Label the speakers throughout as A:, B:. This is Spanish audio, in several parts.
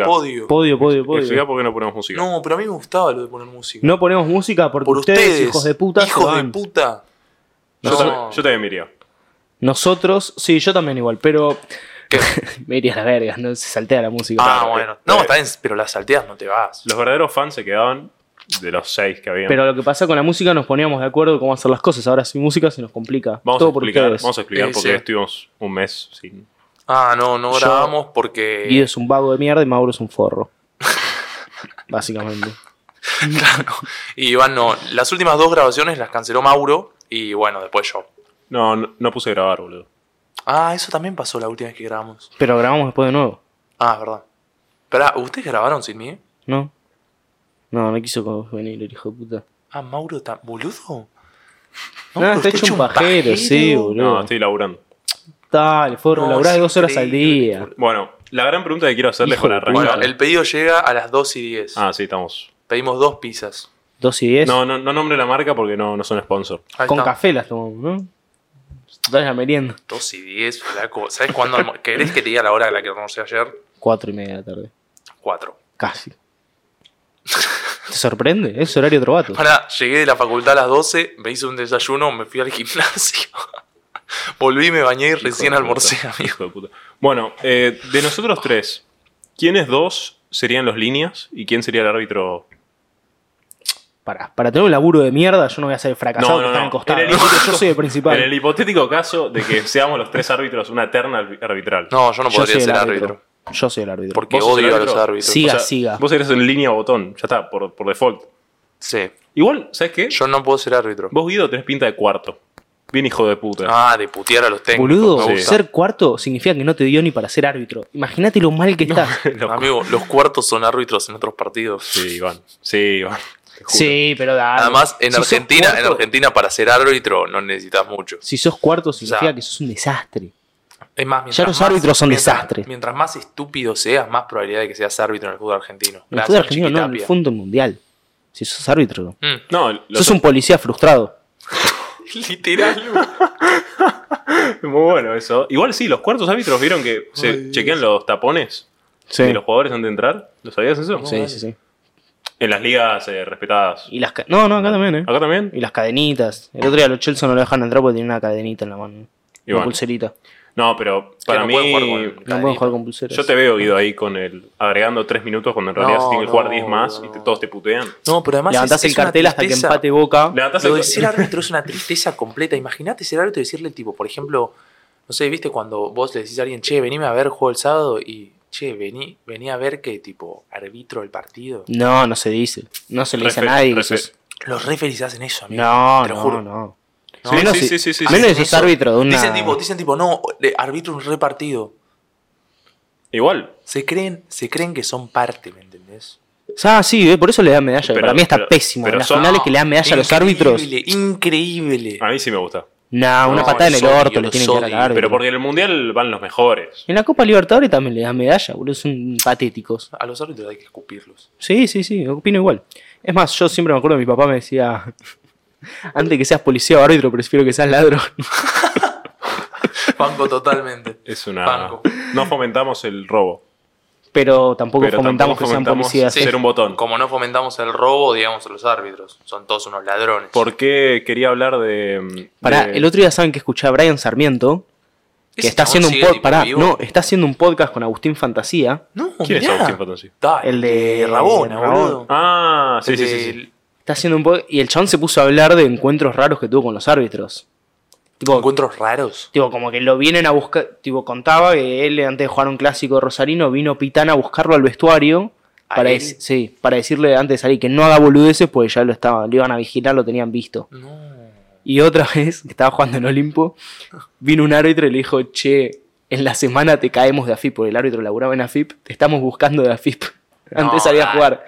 A: Podio.
B: Podio, podio,
C: Explica
B: podio.
C: por qué no ponemos música.
A: No, pero a mí me gustaba lo de poner música.
B: No ponemos música porque
A: Por
B: ustedes, hijos de puta, se
A: Hijos de
B: van.
A: puta.
C: Yo,
A: No.
C: también, yo también me iría.
B: Nosotros, sí, yo también igual, pero
A: ¿Qué?
B: me iría a la verga, no se saltea la música.
A: Ah,
C: Claro,
A: bueno.
C: eh,
A: No,
C: eh.
A: está bien, pero las salteadas no te vas.
C: Los verdaderos fans se quedaban de los seis que habían.
B: Pero lo que pasa con la música nos poníamos de acuerdo cómo hacer las cosas. Ahora sin música se nos complica.
C: vamos, a
B: Todo por
C: explicar,
B: ustedes.
C: vamos a explicar
A: Eh,
C: porque
A: sí.
C: estuvimos un mes sin.
A: Ah, no, no
B: Yo-
A: grabamos porque.
B: Guido es un vago de mierda y Mauro es un forro. Básicamente.
A: Claro. Y Iván no. Las últimas dos grabaciones las canceló Mauro y bueno, después yo.
C: No, no, no puse a grabar, boludo.
A: Ah, eso también pasó la última vez que grabamos.
B: Pero grabamos después de nuevo,
A: Ah, es verdad. Pará, ¿ustedes grabaron sin mí?
B: ¿no? No, no quiso co- venir el hijo de puta.
A: Ah, Mauro está. ¿Boludo?
B: no,
A: pero
B: está
A: usted
B: hecho un pajero, sí, boludo.
C: No, estoy laburando.
B: Dale, forro,
A: No,
B: laburás
A: es
B: dos horas al
A: increíble,
B: día.
A: boludo.
C: Bueno, la gran pregunta que quiero hacerles
B: Hijo
C: para
B: de
C: arrancar.
A: Bueno,
B: Claro.
A: el pedido llega a las 2 y 10.
C: Ah, sí, estamos.
A: Pedimos dos pizzas.
B: Dos y diez.
C: No, no, no nombre la marca porque no, no son sponsor.
A: Ahí
B: Con
A: está.
B: café las tomamos, ¿no? Total, la merienda.
A: 2 y 10, flaco. ¿Sabes cuándo? almo- ¿Querés que te diga la hora a la que almorcé ayer?
B: Cuatro y media de la tarde.
A: 4.
B: Casi. ¿Te sorprende? Es horario de otro vato.
A: Ahora, llegué de la facultad a las 12, me hice un desayuno, me fui al gimnasio. Volví, me bañé y recién
C: Hijo de
A: almorcé,
C: puta,
A: amigo.
C: hijo de puta. Bueno, eh, de nosotros tres, ¿quiénes dos serían los líneas y quién sería el árbitro?
B: Para, para tener un laburo de mierda, yo no voy a ser el fracasado que
C: No, no,
B: está
C: no.
B: en costado.
C: En el-
B: Así que yo soy el principal.
C: En el hipotético caso de que seamos los tres árbitros una terna arbi- arbitral.
A: No, yo no
B: Yo
A: podría
B: soy
A: ser árbitro.
B: Yo soy el árbitro.
A: Porque
C: ¿Vos sos el
A: odio a
C: árbitro?
A: los árbitros.
B: Sí. Siga,
C: O sea,
B: siga.
C: Vos eres en línea botón, ya está, por, por default.
A: Sí.
C: Igual, ¿sabes qué?
A: Yo no puedo ser árbitro.
C: Vos, Guido, tenés pinta de cuarto. Bien hijo de puta.
A: Ah, de putear a los técnicos.
B: Boludo,
A: me gusta.
B: ser cuarto significa que no te dio ni para ser árbitro. Imagínate lo mal que estás.
C: Loco.
A: Amigo, los cuartos son árbitros en otros partidos.
C: Sí, Iván. Sí, Iván. Te juro.
B: sí, pero dale.
A: Además, en
B: Si sos
A: Argentina, en
B: cuarto-
A: Argentina para ser árbitro no necesitas mucho.
B: Si sos cuarto, significa
A: O sea,
B: que sos un desastre.
A: Es más, mientras
B: Ya los
A: más-
B: árbitros son
A: mientras-
B: desastres.
A: Mientras más estúpido seas, más probabilidad de que seas árbitro en el fútbol argentino.
B: En el fútbol
A: Gracias,
B: argentino no, en el
A: Chiquitapia.
B: fútbol mundial. Si sos árbitro,
A: Mm,
C: No, lo-
B: sos un policía frustrado.
A: Literal.
C: muy bueno eso. Igual sí, los cuartos árbitros vieron que se chequean los tapones de los jugadores antes de entrar. ¿Lo sabías eso?
B: sí, sí, sí.
C: En las ligas eh, respetadas.
B: Y las ca- no, no, acá también, eh.
C: ¿Acá también?
B: Y las cadenitas. El otro día los Chelsea no lo dejan entrar porque tienen una cadenita en la mano.
C: Y
B: una
C: bueno.
B: pulserita.
C: No, pero para
A: no
C: mí.
A: pueden jugar con-
B: No pueden jugar con pulseras.
C: Yo te veo, Guido, ahí con el. agregando tres minutos cuando en realidad
A: No,
C: se tiene que
A: no,
C: jugar 10 más y te-
A: no.
C: todos te putean.
A: No, pero además.
B: Levantás
A: es-
B: el
A: es una
B: cartel hasta que
A: tristeza.
B: empate boca.
C: Levantás
A: Lo
C: el-
A: de ser árbitro es una tristeza completa. Imagínate ser árbitro y decirle, tipo, por ejemplo, no sé, viste cuando vos le decís a alguien, che, venime a ver juego el sábado y, che, vení, vení a ver que, tipo, arbitro el partido.
B: No, no se dice. No se le dice a
C: Refe-
B: nadie. que
C: refe-
B: sos-
A: Los referees hacen eso, amigo.
B: No,
A: te lo
B: no,
A: juro.
B: no.
C: Sí,
B: menos
C: sí,
B: si-
C: sí, sí, sí,
B: a menos
C: sí.
B: que sos árbitro de una-
A: Dicen tipo, dicen tipo, no, de- arbitro un repartido.
C: Igual.
A: Se creen, se creen que son parte, ¿me entendés?
B: Ah, sí, eh, por eso le dan medalla.
C: Pero-
B: Para mí está
C: pero-
B: pésimo.
C: pero
B: en las
C: son-
B: finales que le dan medalla a los árbitros.
A: Increíble, increíble.
C: A mí sí me gusta.
B: No, una
A: No,
B: patada en el
A: los odio,
B: orto le
A: los
B: tienen que dar al
A: odio,
B: árbitro.
C: Pero porque en el mundial van los mejores.
B: En la Copa Libertadores también le dan medalla, boludo. Son patéticos.
A: A los árbitros hay que escupirlos.
B: Sí, sí, sí, opino igual. Es más, yo siempre me acuerdo que mi papá me decía, antes que seas policía o árbitro, prefiero que seas ladrón.
A: Banco totalmente.
C: Es una.
A: Banco.
C: No fomentamos el robo.
B: Pero tampoco
C: Pero
B: fomentamos
C: tampoco fomentamos-
B: que sean policías.
C: Sí. Ser un botón.
A: Como no fomentamos el robo, digamos a los árbitros. Son todos unos ladrones.
C: ¿Por qué quería hablar de.
B: Pará,
C: de-
B: el otro día saben que escuché a Brian Sarmiento, que
A: Ese
B: está
A: chabón
B: haciendo un
A: sigue,
B: pod-
A: tipo,
B: pará,
A: vivo.
B: no, está haciendo un podcast con Agustín Fantasía.
A: No,
C: ¿Quién es
A: mirá.
C: Agustín Patonci?
A: Da,
B: El de
A: Rabona,
B: Rabona.
A: boludo.
C: Ah, sí,
A: El
C: sí, sí, sí.
A: del
B: Está haciendo un podcast y el chabón se puso a hablar de encuentros raros que tuvo con los árbitros. Tipo,
A: Encuentros raros.
B: tipo, como que lo vienen a buscar, tipo, contaba que él antes de jugar un clásico rosarino vino Pitana a buscarlo al vestuario.
A: ¿A
B: Para,
A: él?
B: dec- sí, para decirle antes de salir que no haga boludeces, pues ya lo estaban, lo iban a vigilar, lo tenían visto.
A: No.
B: Y otra vez, que estaba jugando en Olimpo, vino un árbitro y le dijo, che, en la semana te caemos de AFIP, porque el árbitro laburaba en AFIP, te estamos buscando de AFIP. Antes
A: No,
B: salía a
A: dale.
B: jugar.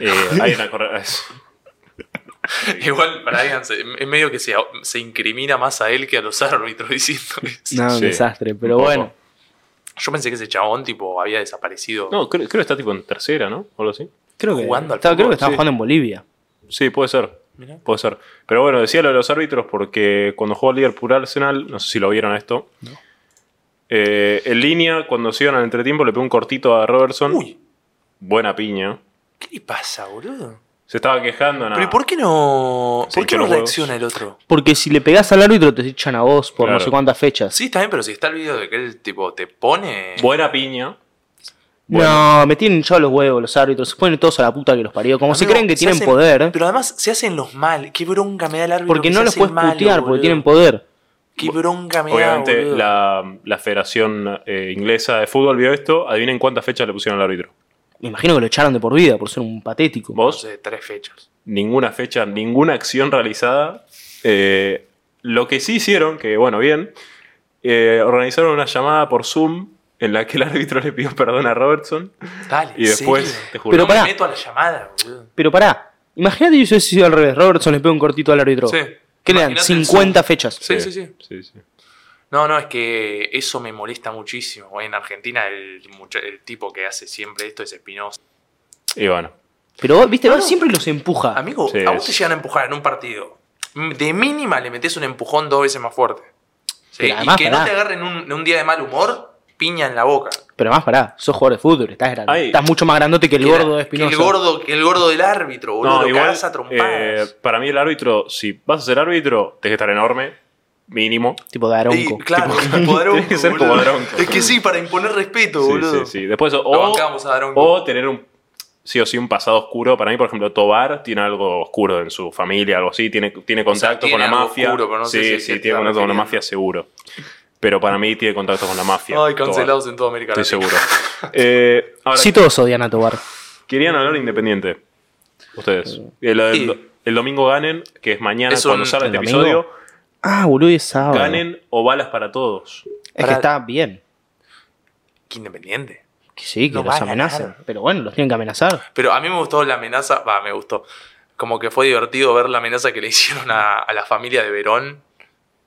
C: Eh, hay una corre-
A: Igual, Brian, se- es medio que se, se incrimina más a él que a los árbitros diciendo eso.
B: No, un
C: Sí,
B: desastre, pero
C: un poco.
B: bueno.
A: Yo pensé que ese chabón, tipo, había desaparecido.
C: No, creo, creo que está tipo en tercera, ¿no? O algo así.
B: Creo que
A: Jugando al
B: estaba, creo
A: fútbol,
B: que estaba
C: sí.
B: jugando en Bolivia.
C: Sí, puede ser.
A: Mirá.
C: Puede ser. Pero bueno, decía lo de los árbitros porque cuando jugó Liverpool Arsenal, no sé si lo vieron a esto. Eh, en línea, cuando sigan al entretiempo, le pegó un cortito a Robertson.
A: Uy,
C: Buena piña.
A: ¿qué le pasa, boludo?
C: Se estaba quejando, nada.
A: Pero ¿y por qué no,
C: Se
A: ¿por qué
C: hinchó
A: no
C: los huevos.
A: reacciona el otro?
B: Porque si le pegás al árbitro te echan a vos por no
C: Claro.
B: sé cuántas fechas.
A: Sí, también, pero si está el video de que él tipo te pone.
C: Buena piña.
B: No, me tienen hinchados los huevos los árbitros. Se ponen todos a la puta que los parió. Como se
A: Amigo,
B: creen que tienen
A: hacen-
B: poder.
A: Pero además se hacen los mal. Qué bronca me da el árbitro.
B: Porque
A: que
B: no
A: se
B: los
A: hace
B: puedes
A: malo,
B: putear porque
A: boludo.
B: tienen poder.
A: Qué bronca me da.
C: Obviamente,
A: boludo.
C: la, la Federación eh, Inglesa de Fútbol vio esto. Adivinen cuántas fechas le pusieron al árbitro.
B: Me imagino que lo echaron de por vida por ser un patético.
A: No
C: ¿Vos?
A: sé, tres fechas.
C: ninguna fecha, ninguna acción realizada. Eh, lo que sí hicieron, que bueno, bien, eh, organizaron una llamada por Zoom en la que el árbitro le pidió perdón a Robertson
A: Dale.
C: y después,
A: serio.
C: te
A: Pero
C: juro,
B: Pero pará.
A: me meto a la llamada, boludo.
B: Pero pará, imagínate que yo hubiese sido al revés. Robertson le pega un cortito al árbitro.
A: Sí.
B: ¿Qué le dan?
A: Imaginate el
B: 50 fechas.
A: Sí, sí, sí.
C: Eh, sí, sí.
A: No, no, es que eso me molesta muchísimo. En Argentina el, mucha- el tipo que hace siempre esto es Espinosa.
C: Y bueno,
B: Pero vos, viste,
A: No,
B: vos
A: no.
B: siempre los empuja.
A: Amigo,
C: Ah, Sí,
A: a vos te
C: es-
A: llegan a empujar en un partido. De mínima le metes un empujón dos veces más fuerte. Sí,
B: Pero
A: Y
B: además,
A: que no
B: pará.
A: te agarren un, en un día de mal humor, piña en la boca.
B: Pero más pará, sos jugador de fútbol, estás grande.
C: Ay.
B: Estás mucho más grandote que el
A: Que la-
B: gordo de
A: que
B: Espinosa.
A: El gordo, que el gordo del árbitro, boludo. lo cagás a trompadas.
C: eh, para mí el árbitro, si vas a ser árbitro, tenés que estar enorme, mínimo.
B: Tipo de
A: Y,
B: aronco.
A: claro,
C: Tipo,
A: como Daronco,
C: tiene que ser como
A: boludo.
C: Daronco.
A: Es que sí, para imponer respeto,
C: Sí,
A: boludo.
C: sí, sí. Después,
A: Lo
C: o,
A: bancamos a Daronco.
C: o tener un sí o sí un pasado oscuro. Para mí, por ejemplo, Tobar tiene algo oscuro en su familia, algo así. Tiene, tiene contacto
A: tiene
C: con la
A: algo
C: mafia.
A: oscuro, pero no sé
C: sí,
A: si es
C: sí,
A: que
C: tiene
A: te
C: contacto con la
A: refiriendo.
C: mafia seguro. Pero para mí tiene contacto con la mafia.
A: Ay, cancelados
C: Tobar.
A: en toda América Latina.
C: Estoy seguro. Eh, ahora,
B: Sí, todos odian a Tobar.
C: querían hablar de Independiente. Ustedes. El, el-
A: Eh, Sí.
C: el domingo ganen, que es mañana
A: Es
C: cuando
A: un-
C: salga
B: ¿el
C: este
B: domingo?
C: episodio.
B: Ah, boludo, es sábado.
C: Ganen o balas para todos.
B: Es que
A: Pará.
B: está bien.
A: Que independiente.
B: Que sí, que
A: No va
B: los
A: a
B: amenacen.
A: ganar.
B: Pero bueno, los tienen que amenazar.
A: Pero a mí me gustó la amenaza, va, me gustó. Como que fue divertido ver la amenaza que le hicieron a, a la familia de Verón.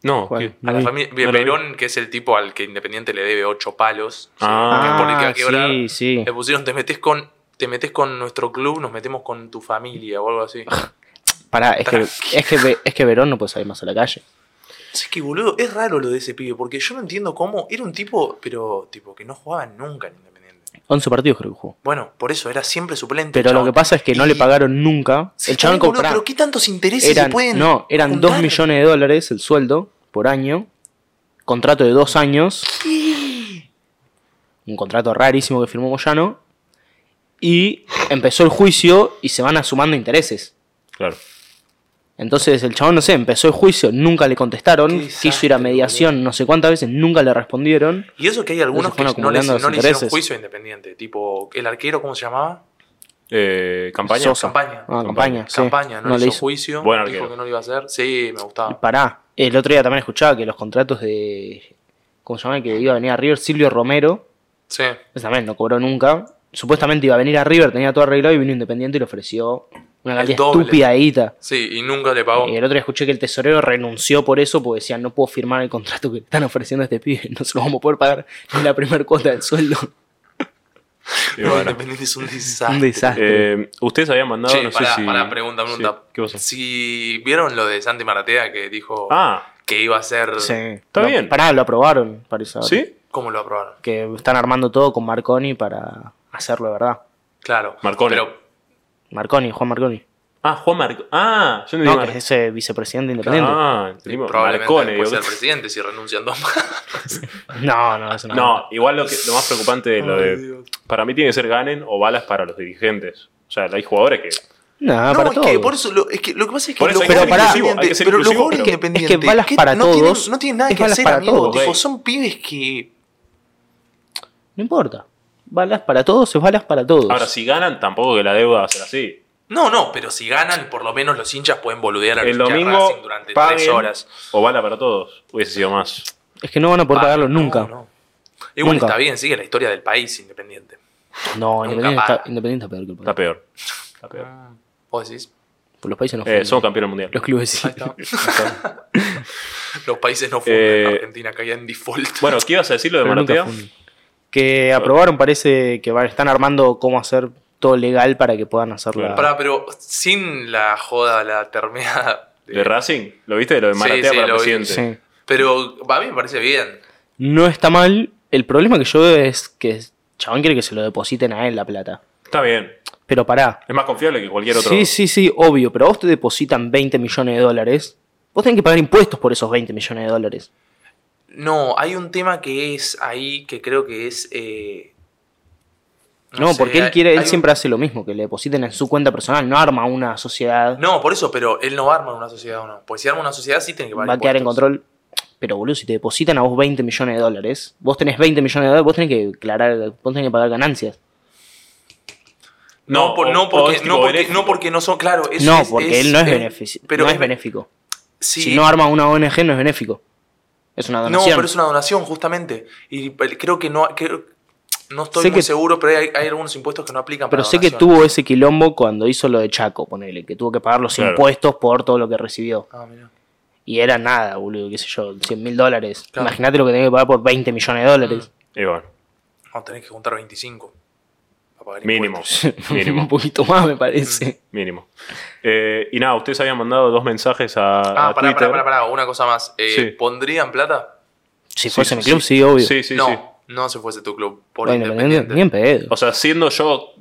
C: No,
B: Bueno,
C: ¿qué?
A: A la
B: ahí.
A: familia
C: no lo vi.
A: Verón, que es el tipo al que Independiente le debe ocho palos. ¿sí?
C: Ah.
A: que por el que va a
B: Ah,
A: quebrar. Eh,
B: sí, sí.
A: Le pusieron, te metes con. Te metes con nuestro club, nos metemos con tu familia o algo así.
B: Ah. Pará, es que, es, que, Ve- es que Verón no puede salir más a la calle.
A: Es que, boludo, es raro lo de ese pibe, porque yo no entiendo cómo. Era un tipo, pero tipo, que no jugaba nunca en Independiente.
B: 11 partidos creo que jugó.
A: Bueno, por eso era siempre suplente.
B: Pero lo
A: chabón.
B: que pasa es que no
A: Y-
B: le pagaron nunca.
A: Sí,
B: el chabón
A: también, boludo,
B: compraba-
A: Pero ¿qué tantos intereses
B: eran,
A: se pueden.?
B: No, eran 2
A: juntar?
B: millones de dólares el sueldo por año. Contrato de 2 años. Un contrato rarísimo que firmó Moyano. Y empezó el juicio y se van asumando intereses.
C: Claro.
B: Entonces el chabón, no sé, empezó el juicio, nunca le contestaron,
A: Qué
B: quiso ir
A: desastre,
B: a mediación no sé cuántas veces, nunca le respondieron.
A: Y eso que hay algunos
B: Entonces
A: que
B: fueron
A: no, les,
B: acumulando los
A: no le hicieron
B: intereses.
A: juicio independiente. Tipo, el arquero, ¿cómo se llamaba?
C: Eh, ¿Campaña?
B: Sosa.
A: Campaña.
B: Ah, campaña. sí.
A: Campaña, no, le hizo, juicio.
C: Buen
A: dijo
C: arquero.
A: que no lo iba a hacer. Sí, me gustaba.
B: Pará, eh, el otro día también escuchaba que los contratos de. ¿Cómo se llama? el Que iba a venir a River, Silvio Romero.
A: Sí.
B: Ese también no cobró nunca. Supuestamente iba a venir a River, tenía todo arreglado y vino Independiente y le ofreció una
A: El
B: cantidad
A: doble.
B: estúpida de guita.
A: Sí, y nunca le pagó.
B: Y el otro día escuché que el tesorero renunció por eso porque decían no puedo firmar el contrato que le están ofreciendo a este pibe, no se lo vamos a poder pagar ni la primera cuota del sueldo.
C: Y
A: No,
C: bueno.
A: Independiente es un desastre.
B: Un desastre.
C: Eh, ustedes habían mandado,
A: Che,
C: no
A: pará,
C: sé si...
A: pará, pregunta, pregunta.
C: Sí, ¿Qué pasó?
A: Si vieron lo de Santi Maratea que dijo
C: Ah,
A: que iba a ser.
B: Sí.
C: Está
B: Lo-
C: bien.
B: Pará, lo aprobaron, parece. ahora.
C: ¿sí?
A: ¿Cómo lo aprobaron?
B: Que están armando todo con Marconi para hacerlo de verdad.
A: Claro.
C: Marcone.
A: Pero,
B: Marconi, Juan Marconi.
C: Ah, Juan Marco. Ah, yo entendí
B: No, que
C: Mar-
B: es ese vicepresidente de independiente.
C: Ah,
A: sí,
C: entendí
A: probablemente
C: Marcone.
A: puede ser
C: digo.
A: presidente si renuncian dos más.
B: No, no, eso no.
C: No, igual lo, que, lo más preocupante de lo
A: Ay,
C: de.
A: Dios.
C: Para mí tiene que ser ganen o balas para los dirigentes. O sea, hay jugadores que.
B: No,
A: no,
B: Ah, para
A: es
B: todo.
A: que por eso lo, es que lo que pasa es que
C: Por eso
A: los
C: hay que
B: ser
A: jugadores
B: inclusivo,
A: independientes-
C: hay que ser
A: pero los
C: inclusivo,
A: jugadores
C: pero-
B: es
A: independientes
B: que balas
A: ¿qué?
B: para
A: no
B: todos,
A: tienen, no tienen nada
B: es
A: que
B: balas
A: hacer,
B: para
A: amigo.
B: todos.
A: Tipo,
C: Sí.
A: son pibes que
B: No importa. Balas para todos es balas para todos.
C: Ahora, si ganan, tampoco que la deuda va a ser así.
A: no, no, pero si ganan, por lo menos los hinchas pueden boludear a los
C: El
A: hinchas
C: domingo.
A: Racing durante
C: paguen
A: tres horas.
C: O bala para todos. Hubiese sido más.
B: Es que no van a poder
A: Ah,
B: pagarlo
A: no,
B: nunca. No,
A: no. Igual
B: Nunca.
A: está bien, sigue la historia del país independiente.
B: Independiente,
A: paga.
B: está, Independiente está peor que el
C: Está
B: país.
C: peor. Está peor.
A: ¿Vos decís?
B: Por los países Ah, no
C: Eh,
B: funden.
C: somos campeones mundial.
B: Los clubes sí.
A: Ahí está. los países no funden.
C: Eh,
A: Argentina caía en default.
C: Bueno, ¿qué ibas a decir lo de
B: Pero nunca
C: Maratea?
B: funden. Que aprobaron, parece que van- están armando cómo hacer todo legal para que puedan hacerlo.
C: Claro.
A: Pará, pero sin la joda, la termeada. de-
C: ¿De Racing? ¿Lo viste? De lo de
A: Sí,
C: Maratea
A: sí,
C: para
A: lo vi.
C: presidente.
B: Sí.
A: Pero a mí me parece bien.
B: No está mal, El problema que yo veo es que Chabón quiere que se lo depositen a él la plata.
C: Está bien.
B: Pero pará.
C: Es más confiable que cualquier otro.
B: Sí, sí, sí, obvio, pero a vos te depositan 20 millones de dólares. Vos tenés que pagar impuestos por esos 20 millones de dólares.
A: No, hay un tema que es ahí, que creo que es... eh,
B: No,
A: sé,
B: porque él
A: Ah, hay-
B: quiere, él
A: hay un-
B: siempre hace lo mismo, que le depositen en su cuenta personal, no arma una sociedad,
A: No, por eso, pero él no va a armar una sociedad o no. Porque si arma una sociedad sí tiene que pagar
B: va a quedar en
A: impuestos.
B: control. Pero boludo, si te depositan a vos 20 millones de dólares, vos tenés 20 millones de dólares, vos tenés que declarar, vos tenés que pagar ganancias.
A: No, por-
C: o-
A: no,
C: o
A: porque,
C: es tipo
A: no, porque,
C: benéfico.
A: no porque no son, claro. eso
B: no,
A: es-
B: porque él no es,
A: eh,
B: benefici- no
A: es-
B: es benéfico.
A: sí,
B: Si no arma una ONG, no es benéfico. Es una
A: No,
B: donación.
A: pero es una donación, justamente. Y pel- creo que no. creo- no estoy
B: Sé
A: muy
B: que-
A: seguro, pero hay, hay algunos impuestos que no aplican
B: Pero
A: para
B: sé que
A: donaciones.
B: tuvo ese quilombo cuando hizo lo de Chaco, ponele, que tuvo que pagar los
C: Claro.
B: impuestos por todo lo que recibió.
A: Ah, mirá.
B: Y era nada, boludo, qué sé yo, 100 mil dólares.
A: Claro. Mm.
B: Imagínate lo que tenés que pagar por 20 millones de dólares.
C: Y bueno,
A: No, tenés que juntar 25. para pagar
C: mínimo.
A: impuestos.
C: Mínimo.
B: Un poquito más, me
A: Mm.
B: parece.
C: Mínimo. Eh, y nada, ustedes habían mandado dos mensajes a,
A: Ah,
C: a
A: pará,
C: Twitter.
A: pará, pará, pará, una cosa más. Eh,
C: Sí.
A: ¿Pondrían plata?
B: Si
C: Sí,
B: fuese mi
C: sí,
B: club, sí, obvio.
C: Sí, sí,
A: no,
C: sí.
A: no se fuese tu club. Por
B: Bueno, pero ni,
A: independiente.
B: ni en pedo.
C: O sea, siendo yo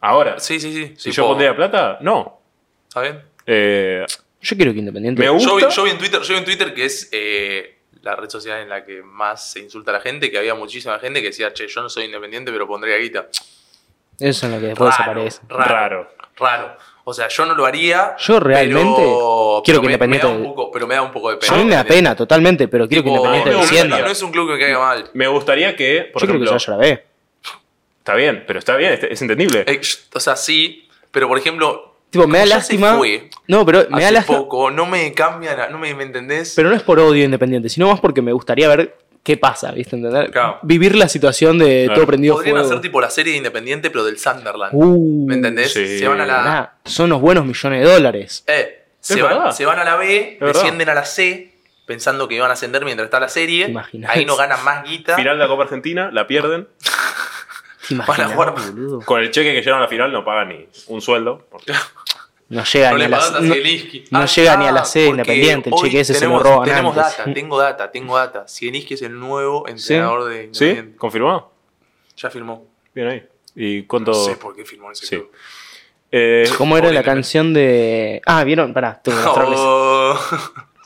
C: ahora,
A: Sí, sí, sí.
C: si
A: tipo,
C: yo pondría plata, no.
A: ¿Está bien?
C: Eh,
B: Yo quiero que Independiente.
C: Me gusta.
A: Yo vi, yo vi en Twitter, yo vi en Twitter que es eh, la red social en la que más se insulta a la gente, que había muchísima gente que decía, che, yo no soy independiente, pero pondría guita.
B: Eso es lo que después
A: Raro,
B: desaparece.
A: Raro.
C: Raro.
A: Raro. O sea, yo no lo haría.
B: Yo realmente
A: pero-
B: quiero
A: pero
B: que
A: me-
B: Independiente-
A: me da un poco- pero me da un poco de pena.
B: A mí me da pena, totalmente, pero quiero que
A: Tipo,
B: Independiente
A: no, no,
B: descienda.
A: no, no
B: Yo
A: es un club que me caiga mal.
C: Me gustaría que, por
B: creo que
C: ejemplo,
B: se vaya a la B.
C: está bien, pero está bien, es, es entendible.
A: Eh, o sea, sí, pero por ejemplo,
B: Tipo, me da
A: como ya se
B: lástima.
A: fue
B: No, pero me da
A: hace
B: lástima.
A: poco, no me cambia nada, no me, ¿me entendés?
B: Pero no es por odio a Independiente, sino más porque me gustaría ver qué pasa, ¿viste? ¿Entendés?
A: Claro.
B: Vivir la situación de
C: Claro.
B: todo prendido
A: Podrían
B: fuego.
A: hacer tipo la serie de Independiente, pero del Sunderland.
B: Uh,
A: ¿Me entendés?
C: sí.
A: Se van a la.
B: pará, son los buenos millones de dólares.
A: Eh, se,
C: verdad.
A: van, se van a la B,
C: verdad.
A: descienden a la C, pensando que iban a ascender mientras está la serie.
B: ¿Te imaginas?
A: Ahí no ganan más guita.
C: Final de la Copa Argentina, la pierden.
B: ¿Te imaginas,
A: Para jugar- pues.
B: boludo?
C: Con el cheque que llegan a la final no pagan ni un sueldo. porque-
B: No llega
A: No
B: ni
A: le
B: a la
A: pagás a
B: no-
A: Zielinski.
B: no
A: Ah,
B: llega ni a la C
A: porque
B: Independiente, el
A: hoy
B: cheque ese se lo
A: tenemos-
B: roban
A: Tenemos
B: antes.
A: data, tengo data, tengo data. Zielinski es el nuevo entrenador de
C: ¿Sí?
A: Independiente.
C: ¿Confirmado?
A: Ya firmó.
C: Bien ahí. ¿Y cuánto?
A: No sé por qué firmó en ese
C: Sí.
A: club.
C: Eh,
B: ¿Cómo era la
A: Obviamente.
B: canción de.? Ah, ¿vieron? Pará, tengo que mostrarles.
A: Oh,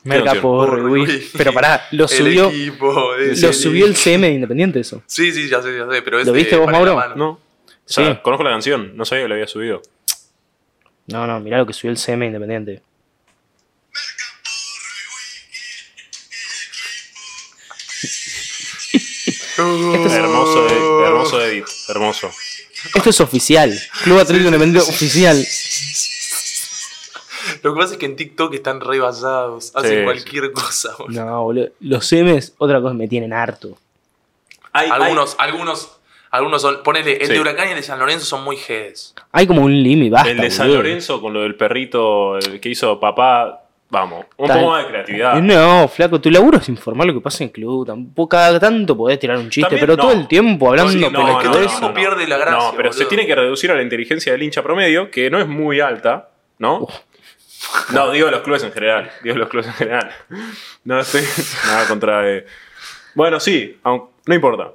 B: Merca
C: canción?
B: por
A: Por
B: Ruiz.
A: Ruiz.
B: Pero pará, lo
A: el
B: subió.
A: equipo de
B: Lo
A: Zielinski.
B: subió el CM de Independiente, eso.
A: Sí, sí, ya sé, ya sé. Pero es
B: ¿Lo
A: de
B: viste vos,
A: Panela
B: Mauro?
A: Mano.
C: No. O
B: Sí.
C: sea, conozco la canción, no sabía que la había subido.
B: No, no, mirá lo que subió el CM de Independiente.
C: Hermoso, eh, hermoso edit, hermoso.
B: Esto es oficial. Club Atlético Independiente oficial.
A: Lo que pasa es que en TikTok están re basados. Hacen
C: Sí,
A: cualquier cosa. boludo.
B: No, boludo. Los CMs, otra cosa, me tienen harto.
C: Hay,
A: Algunos, algunos, algunos son. Ponele, el
C: Sí.
A: de Huracán y el de San Lorenzo son muy heads.
B: Hay como un límite, basta.
C: el de San
B: Ah, boludo.
C: Lorenzo con lo del perrito el que hizo papá, vamos, un
B: Tal-
C: poco más de creatividad.
B: No, flaco, tu laburo es informar lo que pasa en el club. Tampoco cada tanto podés tirar un chiste,
C: También
B: pero
C: no.
B: todo el tiempo hablando
A: No, sí,
C: No,
A: pero es que
C: no,
A: todo el
C: no,
A: tiempo
C: no.
A: pierde la gracia,
C: No, pero se
A: boludo.
C: tiene que reducir a la inteligencia del hincha promedio, que no es muy alta, ¿no? No, digo los clubes en general. Digo los clubes en general. No estoy nada contra. eh. Bueno, sí, aun- no importa.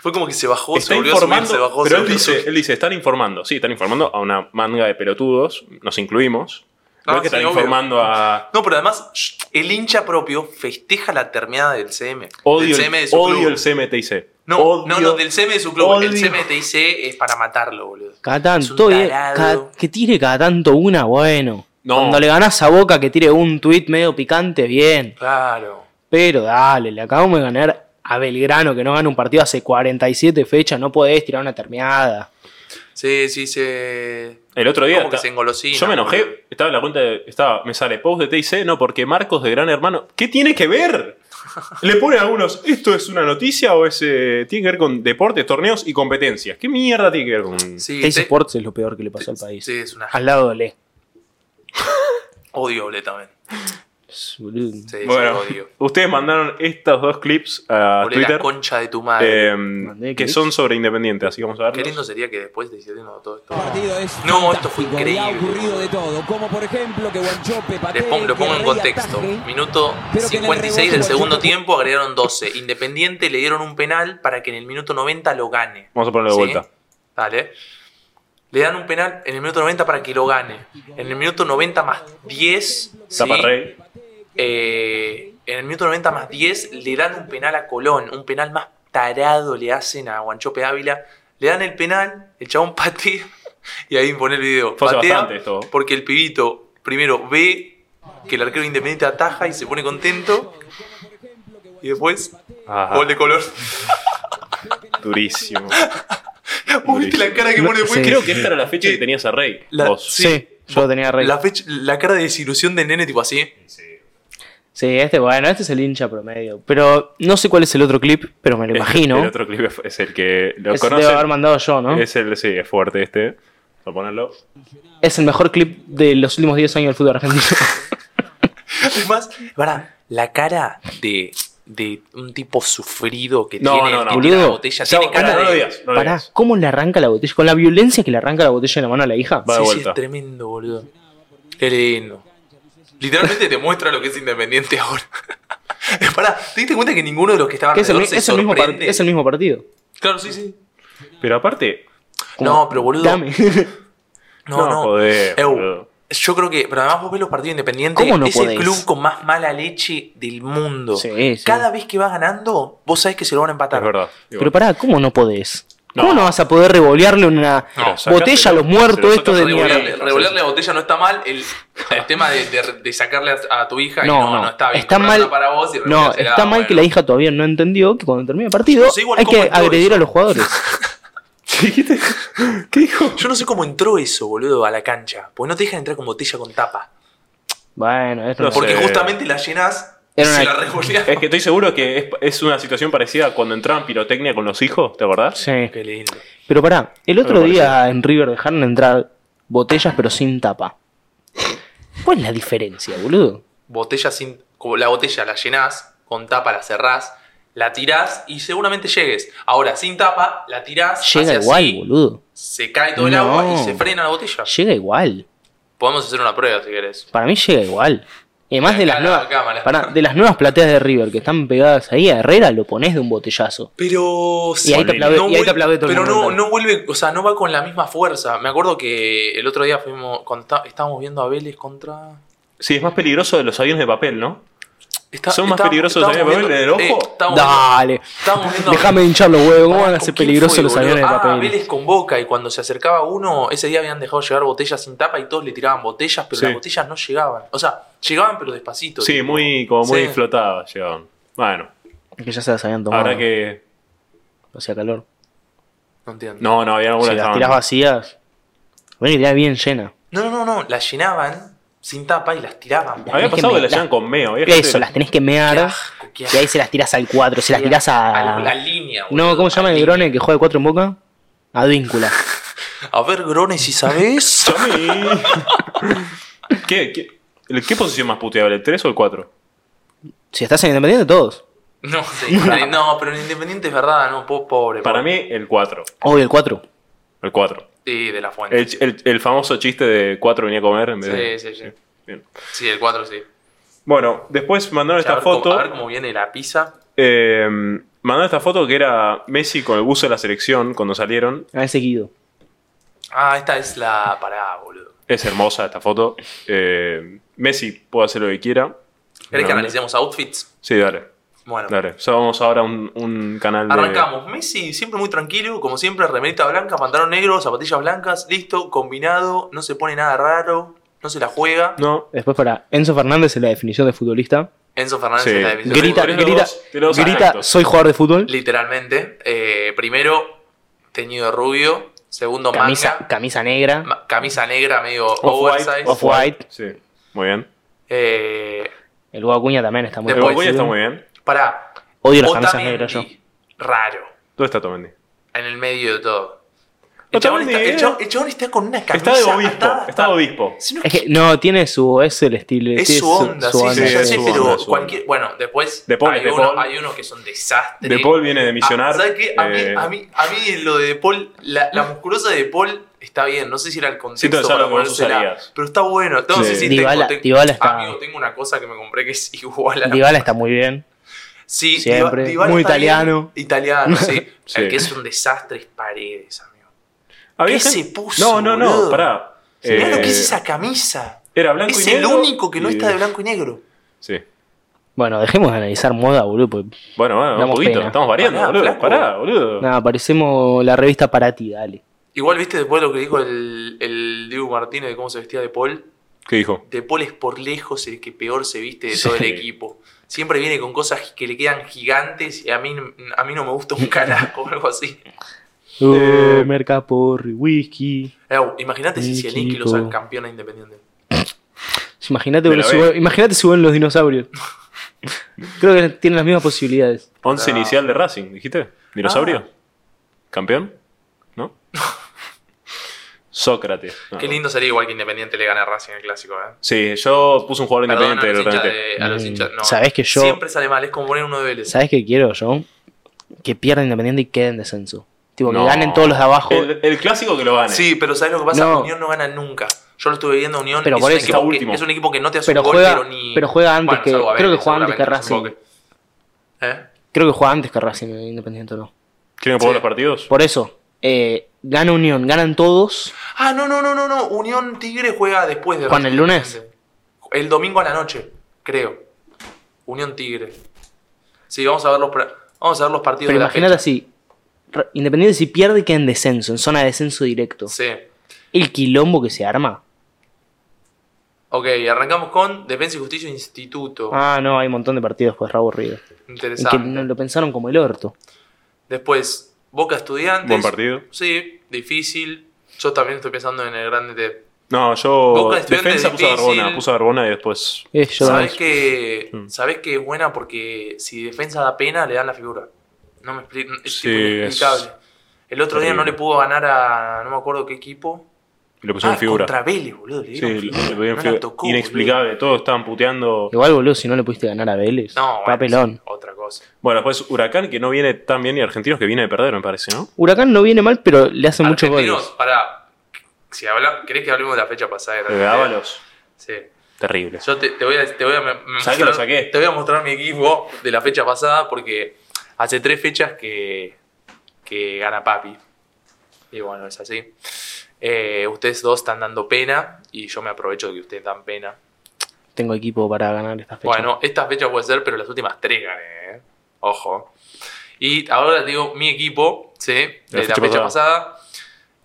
A: Fue como que se bajó, se
C: Está
A: volvió a subir, se
C: informando.
A: bajó, se
C: pero él
A: volvió a
C: dice,
A: subir.
C: él dice, están informando. Sí, están informando a una manga de pelotudos. Nos incluimos. No
A: Ah,
C: es que
A: sí,
C: están
A: obvio.
C: informando a.
A: No, pero además, shh, el hincha propio festeja la terminada del CM.
C: Odio
A: del
C: el,
A: CM de su
C: odio
A: club.
C: el CMTIC.
A: no,
C: Odio-
A: no, no, del CM de su club. El
C: odio.
A: CM de TIC es para matarlo, boludo.
B: Cada
A: Es un
B: tanto, eh,
A: tarado.
B: cada- que tire cada tanto una, bueno.
C: No.
B: Cuando le ganás a Boca que tire un tuit medio picante, bien.
A: Claro.
B: Pero dale, le acabamos de ganar a Belgrano que no gana un partido hace 47 fechas, no podés tirar una terminada.
A: Sí, sí, se.
C: El otro día.
A: Como que
C: ta-
A: se engolosina.
C: Yo me enojé.
A: boludo.
C: Estaba en la cuenta. de- estaba, me sale post de TIC. No, porque Marcos de Gran Hermano. ¿Qué tiene que ver? Le ponen algunos. ¿Esto es una noticia o es. eh, tiene que ver con deportes, torneos y competencias? ¿Qué mierda tiene que ver con.?
A: Sí,
B: Teis
A: te-
B: Sports es lo peor que le pasó al país.
A: Sí, es una.
B: Al lado de Le.
A: Odio, boludo, también.
B: boludo.
A: Sí, sí,
C: Bueno,
A: odio.
C: ustedes mandaron estos dos clips a
A: Ponle la
C: Twitter
A: concha de tu madre.
C: eh,
B: Mandé
C: que
B: clips.
C: son sobre Independiente, así que vamos a
A: Qué
C: verlos.
A: lindo sería que después decidiendo todo esto.
D: partido es
A: Ah. No, esto fue
D: fantástico, y
A: increíble.
D: Ha ocurrido de todo, como por ejemplo que Guanchope
A: Le
D: patea,
A: pon- lo pongo en contexto. Minuto
D: Pero que en el
A: 56 del
D: rebote
A: segundo
D: Guanchope-
A: tiempo agregaron 12. Independiente le dieron un penal para que en el minuto 90 lo gane.
C: Vamos a ponerlo de
A: ¿Sí?
C: vuelta.
A: Dale. Le dan un penal en el minuto 90 para que lo gane. En el minuto 90 más 10. ¿sí?
C: Tapa Rey.
A: Eh, en el minuto 90 más 10 le dan un penal a Colón, un penal más tarado le hacen a Guanchope Ávila. Le dan el penal, el chabón patea y ahí pone el video.
C: Fue hace
A: Patea
C: bastante esto.
A: Porque el pibito primero ve que el arquero independiente ataja y se pone contento. Y después,
C: Ah,
A: gol de Colón.
C: durísimo.
A: ¿Vos viste la cara que
B: No,
A: pone después?
B: sí.
C: Creo que esta era la fecha que tenías a Rey.
A: La-
C: vos.
B: Sí, yo tenía rey.
A: La, fecha- la cara de desilusión del nene, tipo así.
B: Sí, este, bueno, este es el hincha promedio. Pero no sé cuál es el otro clip, pero me lo
C: El-
B: imagino.
C: El otro clip es el que lo
B: Ese debo haber
C: conocen.
B: mandado yo, ¿no?
C: Es el, sí, es fuerte este. Vamos a ponerlo.
B: Es el mejor clip de los últimos 10 años del fútbol argentino.
A: Además, pará, la cara de, de un tipo sufrido que
C: No,
A: tiene,
C: no, no.
A: que tiene la
B: Boludo.
A: botella,
C: Chao,
A: tiene cara
C: pará, no lo
A: de...
C: digas, no lo
B: Pará,
C: digas.
B: ¿cómo le arranca la botella? Con la violencia que le arranca la botella en la mano a la hija.
C: Va de
A: sí, sí,
C: vuelta.
A: es tremendo, boludo. Qué lindo. Literalmente te muestra lo que es Independiente ahora. pará, ¿te diste cuenta que ninguno de los que estaban
B: Que es, el, mi-
A: alrededor se
B: es el mismo par-
A: sorprende?
B: es el mismo partido.
A: Claro, sí, sí.
C: Pero aparte,
B: Como,
A: No, pero boludo.
B: Dame.
A: No, no.
C: podés,
A: Eu,
C: boludo.
A: yo creo que, pero además vos ves los partidos independientes,
B: ¿Cómo no
A: es el
B: podés?
A: club con más mala leche del mundo.
B: Sí, sí.
A: Cada vez que va ganando, vos sabés que se lo van a empatar.
C: Es verdad.
B: pero pará, ¿cómo no podés?
C: No.
B: ¿Cómo no vas a poder revolearle una
A: No,
C: sacáselo,
B: botella a los
C: se lo
B: muertos estos
C: sacas
B: de
C: a revolear.
B: mierda?
A: Revolearle, revolearle la botella no está mal. El, el tema de, de- de sacarle a, a tu hija no,
B: No,
A: no, no,
B: no.
A: está bien.
B: Está
A: comprarla
B: mal-
A: Para vos y
B: No,
A: revoleársela,
B: está mal
A: bueno.
B: que la hija todavía no entendió que cuando termine el partido
A: No sé igual
B: hay
A: cómo
B: que
A: entró
B: agredir
A: eso.
B: a los jugadores.
C: ¿Qué dijo?
A: Yo no sé cómo entró eso, boludo, a la cancha. Porque no te dejan entrar con botella con tapa.
B: Bueno, esto
C: No
B: no,
C: sé.
B: sé.
A: Porque justamente la llenas y
B: Era
A: se
B: una-
A: la revoleas.
C: Es que estoy seguro que es, es una situación parecida a cuando entraban pirotecnia con los hijos, ¿te acordás?
B: Sí.
A: Qué lindo.
B: Pero pará, el otro
C: Me parece.
B: día en River dejaron entrar botellas pero sin tapa. ¿Cuál es la diferencia, boludo?
A: Botella sin. como la botella la llenás, con tapa la cerrás, la tirás y seguramente llegues. Ahora, sin tapa, la tirás.
B: Llega
A: hace
B: igual,
A: así,
B: boludo.
A: Se cae todo el
B: No.
A: agua y se frena la botella.
B: Llega igual.
A: Podemos hacer una prueba si querés.
B: Para mí llega igual. Y además de
A: Acá
B: las,
A: la
B: nuevas,
A: cámara.
B: pará, de las nuevas plateas de River que están pegadas ahí a Herrera, lo pones de un botellazo.
A: Pero sí,
B: ahí te aplaude- y ahí
A: vuel-
B: te aplaude todo el
A: Pero no,
B: mundo.
A: no vuelve, o sea, no va con la misma fuerza. Me acuerdo que el otro día fuimos, cuando está- estábamos viendo a Vélez contra.
C: Sí, es más peligroso de los aviones de papel, ¿no?
A: está-
C: ¿Son más
A: estábamos-
C: peligrosos los
A: estábamos
C: aviones de
A: viendo-
C: papel en el ojo?
A: eh, estábamos
B: Dale.
A: estábamos viendo a
B: Déjame de hinchar los huevos. ¿Cómo van a
A: ¿Con
B: ser
A: quién
B: peligrosos
A: fue,
B: los
A: boludo?
B: aviones de
A: Ah,
B: papel?
A: Vélez con Boca y cuando se acercaba uno, ese día habían dejado llegar botellas sin tapa y todos le tiraban botellas, pero
C: Sí.
A: las botellas no llegaban. O sea, llegaban pero despacito.
C: Sí,
A: tipo.
C: muy, como muy
A: Sí.
C: flotadas llegaban. Bueno,
B: Que ya se las habían tomado.
C: ahora que.
B: Hacía calor.
A: No entiendo.
C: No, no, había
B: Si
C: algunas que
B: las
C: estaban-
B: tirás vacías, ven que tirás bien llena.
A: No, no, no, las llenaban sin tapa y las tiraban.
B: Es
C: Había
B: que
C: pasado que
B: me-
C: las llevan con meo. había gente
B: Eso,
C: que-
B: las tenés que mear.
A: asco, qué
B: Y ahí se las tirás al 4, se las
A: Qué
B: tirás
A: A la
B: a.
A: línea, boludo,
B: No, ¿cómo se llama
A: a
B: el
A: línea.
B: grone que juega de 4 en boca? Advíncula.
A: A ver, Grone, si sabés.
C: Tommy. ¿Qué, qué, el- qué posición más puteable? ¿El 3 o el 4?
B: Si estás en Independiente, todos.
A: No, sí, no. no, pero en Independiente es verdad, no, po- pobre.
C: Para
A: pobre.
C: mí, el 4.
B: Obvio, el 4.
C: El 4.
A: Sí, de la fuente.
C: El, ch- el- el famoso chiste de 4 venía a comer en vez
A: sí,
C: de.
A: sí, sí.
C: Bien.
A: Sí, el 4 sí.
C: Bueno, después mandaron
A: a,
C: esta
A: ver cómo-
C: foto.
A: a ver cómo viene la pizza.
C: eh, mandaron esta foto que era Messi con el buzo de la selección cuando salieron.
B: A ese Guido.
A: Ah, esta es la parada, boludo.
C: Es hermosa esta foto. Eh, Messi puede hacer lo que quiera.
A: ¿Querés que
C: Bueno,
A: analicemos outfits?
C: Sí, dale.
A: Bueno,
C: Dale. Ya vamos ahora a un, un canal de.
A: arrancamos. Messi, siempre muy tranquilo, como siempre, remerita blanca, pantalón negro, zapatillas blancas, listo, combinado, no se pone nada raro, no se la juega.
C: No.
B: Después para Enzo Fernández en la definición de futbolista.
A: Enzo Fernández
C: Sí.
A: en la división.
B: Grita,
C: tenés los
B: grita,
C: dos- tenés los
B: grita,
C: adelantos.
B: soy jugador de fútbol.
A: Literalmente. Eh, primero, teñido de rubio. Segundo,
B: Camisa,
A: manga.
B: camisa negra.
A: Ma- camisa negra, medio
C: Off-white.
A: oversize.
B: Off-white.
C: Sí. Muy bien.
A: Eh,
B: El Guacuña también está muy
C: El
A: Después-
B: bien.
C: Bogoya está muy bien.
A: pará.
B: Odio las camisas
A: Otamendi,
B: negras yo.
A: Raro.
C: ¿Dónde está Tomendi?
A: En el medio de todo. El
C: No,
A: chabón,
C: también
A: está, el
C: Miguel.
A: chabón- el chabón está con una camisa
C: Está de obispo.
A: atada
C: Está de obispo.
A: Si no
B: Es que, no, tiene su. Es el estilo. tiene
A: Es su onda, sí, sí,
C: onda,
A: ya
C: es
A: sé,
C: su
A: pero
C: onda, es su
A: cualquier. Bueno, después
C: De Paul,
A: hay,
C: de
A: uno-
C: Paul.
A: hay unos que son desastres.
C: De Paul viene de
A: Ah,
C: misionar.
A: ¿Sabes qué? A, mí-
C: eh,
A: a mí, a, mí, lo de De Paul, la, la musculosa de De Paul está bien, no sé si era el contexto
C: entonces
A: para
C: algo que vos
A: ponérsela,
C: usarías.
A: pero está bueno. No, sí,
C: Sí.
A: sí,
B: Dybala-
A: tengo, tengo,
B: Dybala está-
A: Amigo, tengo una cosa que me compré que es igual a la...
B: Dybala está muy bien.
A: Sí,
B: siempre.
A: Dyba- Dybala
B: Muy
A: está bien.
B: italiano.
A: Italiano, sí.
C: Sí.
A: El que es un desastre es Paredes, amigo.
C: había
A: ¿Qué se
C: gente-
A: puso,
C: No, no, no,
A: boludo?
C: pará.
A: Mirá lo
C: Eh,
A: que es esa camisa.
C: Era blanco
A: Es
C: y
A: el
C: negro.
A: único que no
C: y-
A: está de blanco y negro.
C: Sí.
B: Bueno, dejemos de analizar moda, boludo. porque-
C: Bueno, bueno, un
B: Damos
C: poquito.
B: pena.
C: Estamos variando,
A: Pará,
C: boludo.
A: flaco.
C: Pará, boludo.
B: Nada, parecemos la revista para ti, dale.
A: Igual, viste, después lo que dijo el, el Diego Martínez de cómo se vestía de Paul.
C: ¿Qué dijo?
A: De Paul es por lejos el que peor se viste de todo el
C: Sí.
A: equipo. Siempre viene con cosas que le quedan gigantes y a mí, a mí no me gusta un carajo o algo así.
C: Eh,
B: Uh, Mercaporri, whisky.
A: Eh, Imagínate si Zielinski lo
B: Equipo.
A: saca campeón a Independiente.
B: Imagínate
C: De la
B: si
C: B.
B: vuel- imagínate si vuelven los dinosaurios. Creo que tienen las mismas posibilidades.
C: Once
A: Ah.
C: inicial de Racing, dijiste. Dinosaurio. Campeón. ¿No? Sócrates. No.
A: Qué lindo sería igual que Independiente le gane a Racing el clásico, ¿eh?
C: Sí, yo puse un jugador
A: Perdón a
C: independiente.
A: los hinchas
C: realmente.
A: de- a los
B: Mm,
A: hinchas- no.
B: sabés que yo-
A: Siempre sale mal, es como poner uno de Vélez.
B: ¿Sabes qué quiero yo? Que pierda Independiente y quede en descenso. Tipo, que
C: No.
B: ganen todos los de abajo.
C: El, el clásico que lo gane.
A: Sí, pero ¿sabes lo que pasa?
B: No.
A: Unión no gana nunca. Yo lo estuve viendo Unión.
B: Pero
A: es,
B: por
A: un
B: eso.
A: equipo
C: Está
A: que-
C: último.
A: es un equipo que no te hace
B: Pero
A: un gol,
B: juega-
A: pero ni.
B: pero juega antes que-
A: salvo a
B: creo que
A: Vélez,
B: juega antes que
A: seguramente,
B: Racing.
A: supongo que- ¿Eh?
B: Creo que juega antes que Racing Independiente, ¿no?
C: ¿Quieren apagar
A: Sí.
C: los partidos?
B: Por eso, eh, gana Unión, ganan todos.
A: Ah, no, no, no, no, no. Unión Tigre juega después de.
B: ¿Juegan
A: Racing
B: el lunes?
A: El domingo a la noche, creo. Unión Tigre. Sí, vamos a ver los, pra- vamos a ver los partidos
B: Pero
A: de la
B: imagínate
A: fecha.
B: así. Ra- Independiente si pierde queda en descenso, en zona de descenso directo.
A: Sí.
B: El quilombo que se arma.
A: Ok, arrancamos con Defensa y Justicia Instituto.
B: Ah, no, hay un montón de partidos pues re aburrido.
A: Interesante.
B: Que no lo pensaron como el orto.
A: Después, Boca Estudiantes.
C: Buen partido.
A: Sí, difícil. Yo también estoy pensando en el grande de.
C: No, yo.
A: Boca Estudiantes
C: Defensa puse a
A: difícil.
C: Arbona. Puse a Arbona y después.
B: Eh, yo
A: ¿Sabés
B: no-
A: que,
C: Mm.
A: ¿Sabés que es buena? Porque si defensa da pena, le dan la figura. No me explico. Es
C: Sí,
A: tipo
C: es
A: inexplicable. El otro día no
C: terrible.
A: le pudo ganar a. No me acuerdo qué equipo.
C: Le pusieron
A: ah,
C: figura.
A: contra Vélez, boludo. Le
C: Sí,
A: dieron
C: le- le
A: figura.
C: pusieron
A: No la
C: figura.
A: tocó,
C: Inexplicable. Todos estaban puteando.
B: Igual, boludo, si no le pudiste ganar a Vélez.
A: boludo. No, bueno,
B: Papelón.
A: sí, otra cosa.
C: Bueno, después Huracán, que no viene tan bien, y Argentinos, que viene de perder, me parece, ¿no?
B: Huracán no viene mal, pero le hace muchos
A: Argentinos,
B: goles.
A: pará. Si habla, ¿Querés que hablemos de la fecha pasada? de
C: Eh,
A: Argentina?
C: Ábalos.
A: Sí.
C: Terrible.
A: Yo te, te voy a, te voy a me- me
C: ¿Sabés que lo
A: mostrar-
C: saqué?
A: te voy a mostrar mi equipo de la fecha pasada porque hace tres fechas que, que gana Papi. Y bueno, es así. Eh, ustedes dos están dando pena y yo me aprovecho de que ustedes dan pena.
B: Tengo equipo para ganar esta fecha.
A: Bueno, esta fecha puede ser, pero las últimas tres gané. ¿eh? Ojo. Y ahora te digo mi equipo, ¿sí? De la, fecha, pasada.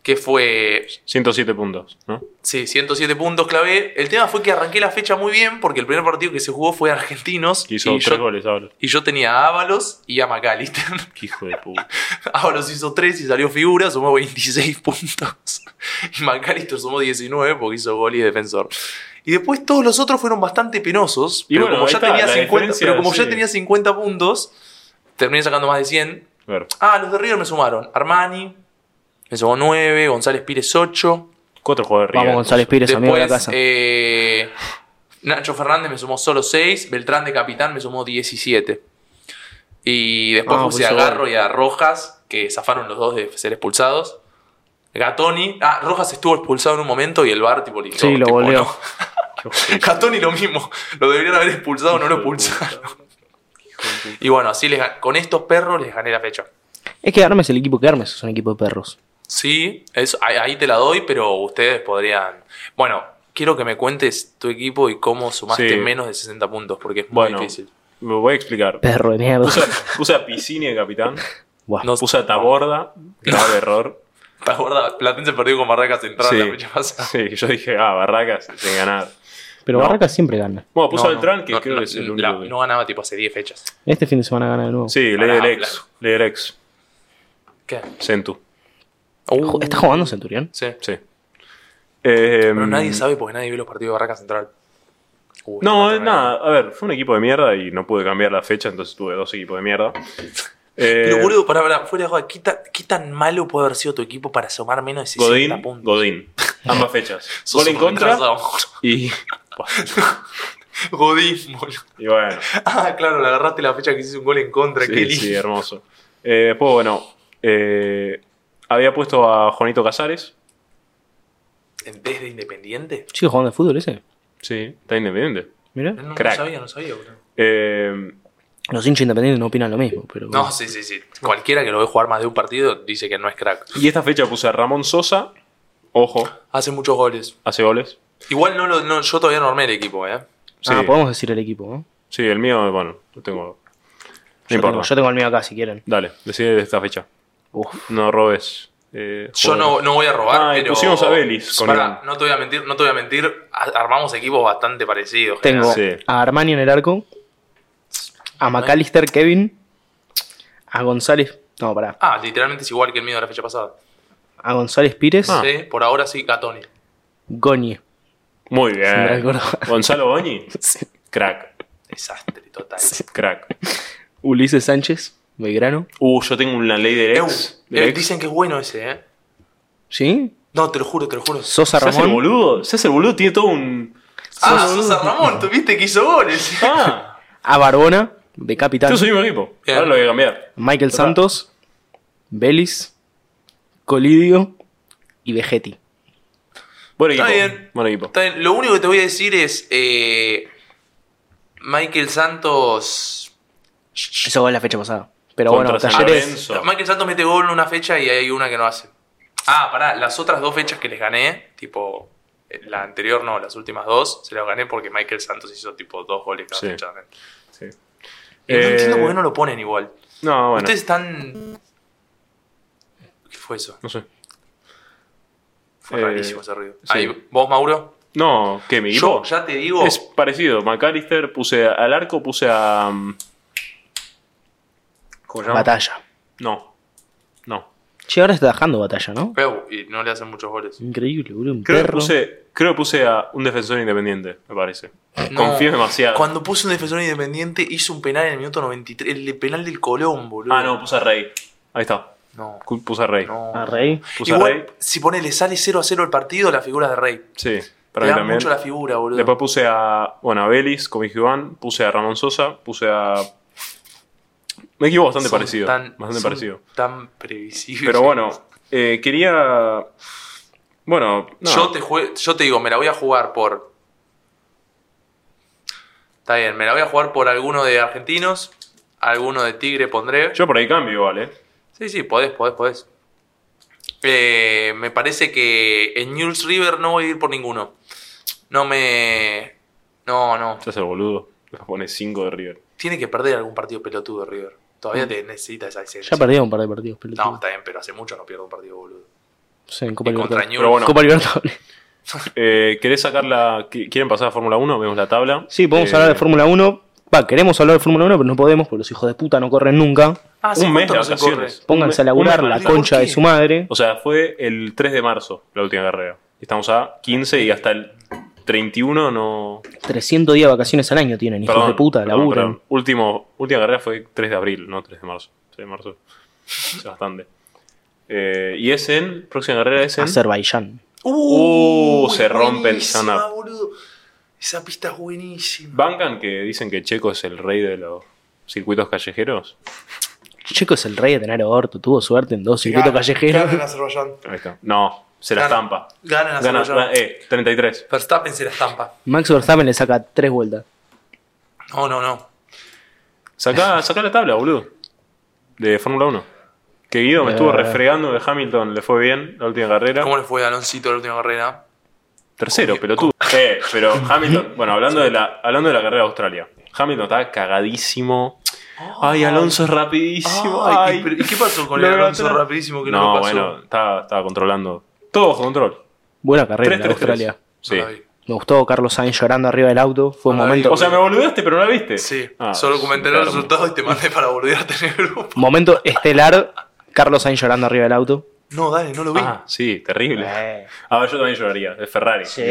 A: que fue,
C: 107 puntos, ¿no?
A: sí, 107 puntos clave. El tema fue que arranqué la fecha muy bien porque el primer partido que se jugó fue Argentinos.
C: Que hizo
A: y
C: tres
A: yo
C: goles, Ábalos.
A: y yo tenía a Ábalos y a McAllister.
C: Qué hijo de puta.
A: Ábalos hizo 3 y salió figura, sumó 26 puntos. Y McAllister sumó 19 porque hizo gol y defensor. Y después todos los otros fueron bastante penosos.
C: Y
A: pero
C: bueno,
A: como,
C: ahí
A: ya,
C: está,
A: tenía
C: la
A: 50,
C: diferencia,
A: pero como ya
C: sí.
A: tenía 50 puntos, terminé sacando más de 100.
C: A ver,
A: Ah, los de River me sumaron. Armani, me sumó 9, González Pires 8.
C: cuatro jugadores
B: Vamos,
C: River.
B: González Pires, amigo de la
A: Después,
B: casa.
A: eh, Nacho Fernández me sumó solo 6, Beltrán de capitán me sumó 17. Y después
B: Ah,
A: puse
B: puso
A: a
B: gol.
A: Garro y a Rojas, que zafaron los dos de ser expulsados. Gatoni, ah, Rojas estuvo expulsado en un momento y el bar tipo le dijo,
B: Sí, lo
A: tipo,
B: goleó.
A: no. Gatoni lo mismo, lo deberían haber expulsado, no lo expulsaron. Y bueno, así les, ga- con estos perros les gané la fecha.
B: Es que Armes el equipo que Armes, es un equipo de perros.
A: Sí, eso, ahí, ahí te la doy, pero ustedes podrían. Bueno, quiero que me cuentes tu equipo y cómo sumaste
C: Sí.
A: menos de 60 puntos, porque es muy
C: Bueno,
A: difícil.
C: lo voy a explicar.
B: Perro de mierda.
C: Puse, puse a Piscini de capitán.
B: Buah.
A: No,
C: ah, Puse a Taborda. Grave error.
A: ¿Te acuerdas? Platense perdió con Barracas Central la
C: Sí.
A: fecha pasada.
C: Sí, yo dije, ah, Barracas, sin ganar.
B: pero
C: no.
B: Barracas siempre gana.
C: Bueno, puse
A: No,
C: a Beltrán,
A: no,
C: que
A: no,
C: creo
A: no,
C: que es el
A: la-
C: único. que-
A: no ganaba tipo hace 10 fechas.
B: Este fin de semana gana de nuevo.
C: Sí,
A: Pará,
C: Ley del
A: claro.
C: Ex. Ley del Ex.
A: ¿Qué? Uh,
C: Centu.
B: Ju- ¿Está jugando Centurión?
A: Sí.
C: Sí. Eh,
A: Pero nadie sabe porque nadie ve los partidos de Barracas Central. Uy,
C: No,
A: está
C: eh,
A: tremendo.
C: nada, a ver, fue un equipo de mierda y no pude cambiar la fecha, entonces tuve dos equipos de mierda. Eh,
A: Pero boludo, pará, pará, fuera de joda, ¿qué, ta- qué tan malo puede haber sido tu equipo para asomar menos de 60
C: Godín,
A: puntos?
C: Godín. Ambas fechas.
A: Sos
C: Gol en
A: un
C: contra.
A: retrasado.
C: Y,
A: Godín, boludo.
C: y bueno.
A: Ah, claro, le agarraste la fecha que hiciste un gol en contra, qué
C: Sí,
A: lindo.
C: sí, hermoso. Eh, después, bueno. eh, había puesto a Juanito Casares.
A: ¿En vez de Independiente?
B: ¿Sigue jugando de fútbol ese?
C: Sí. Está independiente.
B: Mira.
A: No, no
C: Crack.
A: sabía, no sabía, boludo.
C: Eh,
B: Los hinchas independientes no opinan lo mismo, pero.
A: No, sí, sí, sí. Cualquiera que lo ve jugar más de un partido dice que no es crack.
C: y esta fecha puse a Ramón Sosa. Ojo,
A: Hace muchos goles.
C: hace goles.
A: Igual no lo, no, yo todavía no armé el equipo, ¿eh?
C: Sí,
B: Ah, podemos decir el equipo, ¿no?
C: sí, el mío, bueno, lo tengo. No
B: Yo
C: importa.
B: tengo, yo tengo el mío acá si quieren.
C: Dale, decide de esta fecha.
B: Uf.
C: No robes. eh,
A: Yo
C: joder.
A: no, no voy a robar,
C: Ah, y
A: pero.
C: pusimos a Vélez con
A: Pará,
C: Iván.
A: no te voy a mentir, no te voy a mentir. a- Armamos equipos bastante parecidos.
B: Tengo
C: Sí.
B: a Armani en el arco, a McAllister Kevin, a González. No, pará.
A: Ah, literalmente es igual que el mío de la fecha pasada.
B: A González Pires,
C: Ah.
A: Sí, por ahora sí, Gatoni.
B: Goñi.
C: Muy
B: me
C: bien.
B: acuerdo.
C: Gonzalo Boñi,
B: Sí.
C: crack,
A: Desastre total.
C: crack.
B: Ulises Sánchez, Belgrano.
C: Uh, yo tengo una ley del
A: Eu,
C: ex.
A: eh,
C: del ex.
A: dicen que es bueno ese, ¿eh?
B: ¿Sí?
A: No, te lo juro, te lo juro.
B: Sosa
C: ¿Se hace el
B: Ramón.
C: boludo? ¿Se hace el boludo? Tiene todo un.
A: ah, Sosa Ramón, tuviste que hizo goles.
C: Ah,
B: A Barbona, de capitán.
C: yo soy mi equipo.
A: Bien.
C: Ahora lo voy a cambiar.
B: Michael
C: Total.
B: Santos, Belis, Colidio y Vegetti.
C: Buen equipo.
A: Está bien.
C: Buen equipo.
A: Está bien, Lo único que te voy a decir es. eh, Michael Santos.
B: Eso fue la fecha pasada. Pero
C: Contra
B: bueno,
C: San
B: Talleres.
C: Lorenzo.
A: Michael Santos mete gol en una fecha y hay una que no hace. Ah, pará, las otras dos fechas que les gané, tipo. eh, La anterior no, las últimas dos, se las gané porque Michael Santos hizo tipo dos goles cada
C: Sí.
A: fecha.
C: Sí.
A: Y no
C: Eh,
A: entiendo por qué no lo ponen igual.
C: no, bueno.
A: Ustedes están. ¿Qué fue eso?
C: No sé.
A: Fue
C: Eh,
A: rarísimo ese ruido.
C: sí.
A: Ahí, ¿Vos, Mauro?
C: No, ¿qué, mi
A: Yo
C: equipo?
A: ya te digo.
C: Es parecido. McAllister, puse a- al arco, puse a. um, ¿Cómo se llama?
B: Batalla.
C: No. No.
B: Che, ahora está bajando batalla, ¿no?
A: feo y no le hacen muchos goles.
B: Increíble, boludo. Un
C: Creo que,
B: perro.
C: puse, creo que puse a un defensor independiente, me parece. Confío demasiado.
A: Cuando puso un defensor independiente, hizo un penal en el minuto 93. El de- penal del Colón, boludo.
C: Ah, no, puse a Rey. Ahí está.
A: No,
C: Cu- Puse a Rey.
A: no.
B: A Rey.
C: Puse a Rey.
A: Igual, si ponele, sale 0 a 0 el partido, la figura de Rey.
C: Sí, para
A: Te
C: mí
A: da
C: también.
A: mucho la figura, boludo.
C: Después puse a. Bueno, a Belis, como dije Iván. Puse a Ramón Sosa. Puse a. Me equivoco bastante
A: Son
C: parecido.
A: tan-
C: bastante
A: son
C: parecido.
A: Tan previsible.
C: Pero bueno, eh, quería. Bueno, nada.
A: Yo, te jue- yo te digo, me la voy a jugar por. Está bien, me la voy a jugar por alguno de argentinos. Alguno de Tigre pondré.
C: Yo por ahí cambio igual, ¿eh?
A: Sí, sí, podés, podés, podés. Eh, me parece que en News River no voy a ir por ninguno. No me. No, no.
C: Se hace el boludo. Le pone 5 de River.
A: Tiene que perder algún partido pelotudo River. Todavía
C: Mm.
A: te necesita esa esencia.
B: Ya perdió un par de partidos, pelotudo.
A: No, está bien, pero hace mucho no pierdo un partido, boludo.
B: Sí, en Copa
A: Y contra
B: Libertadores.
A: Newell's.
C: Pero bueno.
B: Copa Libertadores.
C: Eh, ¿Querés sacar la. qui- ¿Quieren pasar a Fórmula 1? Vemos la tabla.
B: Sí, podemos
C: Eh,
B: hablar de Fórmula 1. Va, queremos hablar de Fórmula 1, pero no podemos porque los hijos de puta no corren nunca.
A: Ah,
C: Un mes de
A: no se
C: vacaciones.
A: corre?
B: Pónganse a
C: Un mes-
B: laburar
C: un mes
B: la
C: más.
B: concha
A: ¿Por
B: de
A: qué?
B: su madre.
C: O sea, fue el 3 de marzo la última carrera. Estamos a 15 y hasta el 31 no.
B: 300 días de vacaciones al año tienen, hijos
C: Perdón,
B: de puta,
C: perdón,
B: laburan.
C: perdón. Último, última carrera fue 3 de abril, no 3 de marzo. 3 de marzo. Hace bastante. Eh, y es en. Próxima carrera es en.
B: Azerbaiyán.
A: Uh,
C: Uh, se rompen,
A: buenísima,
C: son up.
A: boludo. Esa pista es buenísima.
C: Bancan que dicen que Checo es el rey de los circuitos callejeros.
B: Checo es el rey de tener aborto, tuvo suerte en dos circuitos callejeros.
A: Gana en Azerbaiyán.
C: Ahí está. No, se la
A: Gana-
C: estampa.
A: Gana en
C: Gana,
A: Azerbaiyán.
C: gana- eh, 33.
A: Verstappen se la estampa.
B: Max Verstappen le saca tres vueltas.
A: No, no, no.
C: Sacá, sacá la tabla, boludo. De Fórmula 1. Que Guido me
B: Eh.
C: estuvo refregando de Hamilton, le fue bien la última carrera.
A: ¿Cómo le fue a Aloncito la última carrera?
C: Tercero, pelotudo. Eh, pero Hamilton, bueno, hablando de la, hablando de la carrera de Australia. Hamilton estaba cagadísimo. Ay, Alonso es rapidísimo.
A: Ay,
C: ay.
A: pero ¿y qué pasó con
C: Lo
A: el
C: logró
A: Alonso
C: atrás.
A: rapidísimo que no,
C: No,
A: lo pasó?
C: bueno, estaba, estaba controlando. Todo bajo control.
B: Buena carrera
C: 3
B: la de Australia.
A: No
C: Sí.
A: la vi.
B: Me gustó Carlos Sainz llorando arriba del auto. Fue un
A: No la
B: momento,
A: vi.
C: O sea, me boludeaste, pero no la viste.
A: Sí,
C: Ah,
A: solo comenté los
C: claro.
A: resultados y te mandé para volver a tener grupo.
B: momento estelar. Carlos Sainz llorando arriba del auto.
A: No, dale, no lo vi.
C: Ah, sí, terrible.
B: Eh,
C: A ver, yo también lloraría, de Ferrari.
B: Sí,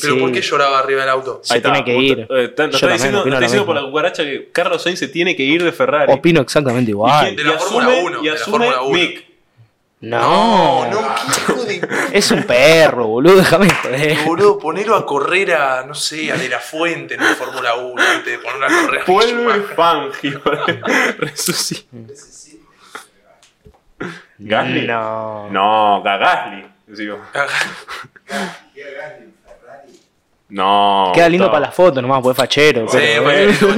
A: Pero
B: sí.
A: ¿por qué lloraba arriba del auto?
B: Se tiene que
C: vos
B: ir.
C: está- eh, está- nos
B: Yo
C: está
B: también
C: diciendo,
B: opino
C: está
B: lo
C: diciendo por la
B: mismo.
C: cucaracha que Carlos Sainz se tiene que ir de Ferrari.
B: Opino exactamente
C: Y
B: igual.
A: De la Fórmula
C: asume-
A: uno,
C: y
A: de la
C: asume
A: Fórmula uno.
C: Mick.
B: No.
A: no, qué hijo de.
B: Es un perro, boludo, déjame joder.
A: Boludo, ponerlo a correr a, no sé, a De La Fuente en la Fórmula 1 antes de ponerlo a correr a
C: Vuelve
A: Schumacher.
C: Fangio. Resucita. Gasly.
B: No.
C: No, Ga- Gasly. Digo, No.
B: Queda lindo
C: no.
B: para las fotos nomás, pues fachero.
A: Sí,
B: pero-
A: facherito,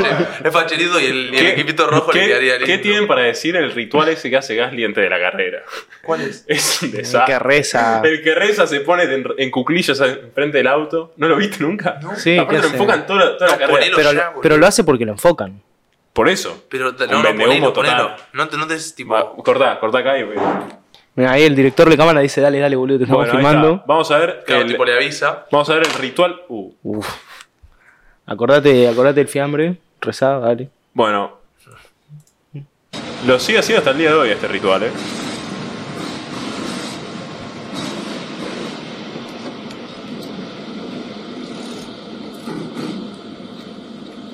A: es facherito y el, y el equipito rojo
C: qué-
A: le quedaría lindo.
C: ¿Qué tienen para decir el ritual ese que hace Gasly antes de la carrera?
A: ¿Cuál es?
C: Es un
B: El que
C: desastre.
B: reza.
C: El que reza se pone en, en cuclillas enfrente del auto. ¿No lo viste nunca?
A: No.
B: Sí,
C: Aparte
B: ¿qué
C: lo
B: hace?
C: enfocan toda, toda la
A: No,
C: carrera.
A: ponelo.
B: Pero,
A: ya, boludo.
B: pero lo hace porque lo enfocan.
C: Por eso.
A: Pero no, no, ponelo,
C: vendehumo
A: ponelo.
C: total.
A: No te, no te des tipo.
C: Va, cortá, cortá acá y...
B: Mira, ahí el director de cámara dice, dale, dale, boludo, te estamos
C: Bueno, ahí está.
B: filmando.
C: Vamos a ver.
A: claro,
C: el-
A: tipo le avisa.
C: Vamos a ver el ritual. Uh,
B: Uf. Acordate, acordate el fiambre, rezá, dale.
C: bueno. Lo sigue haciendo hasta el día de hoy este ritual, eh.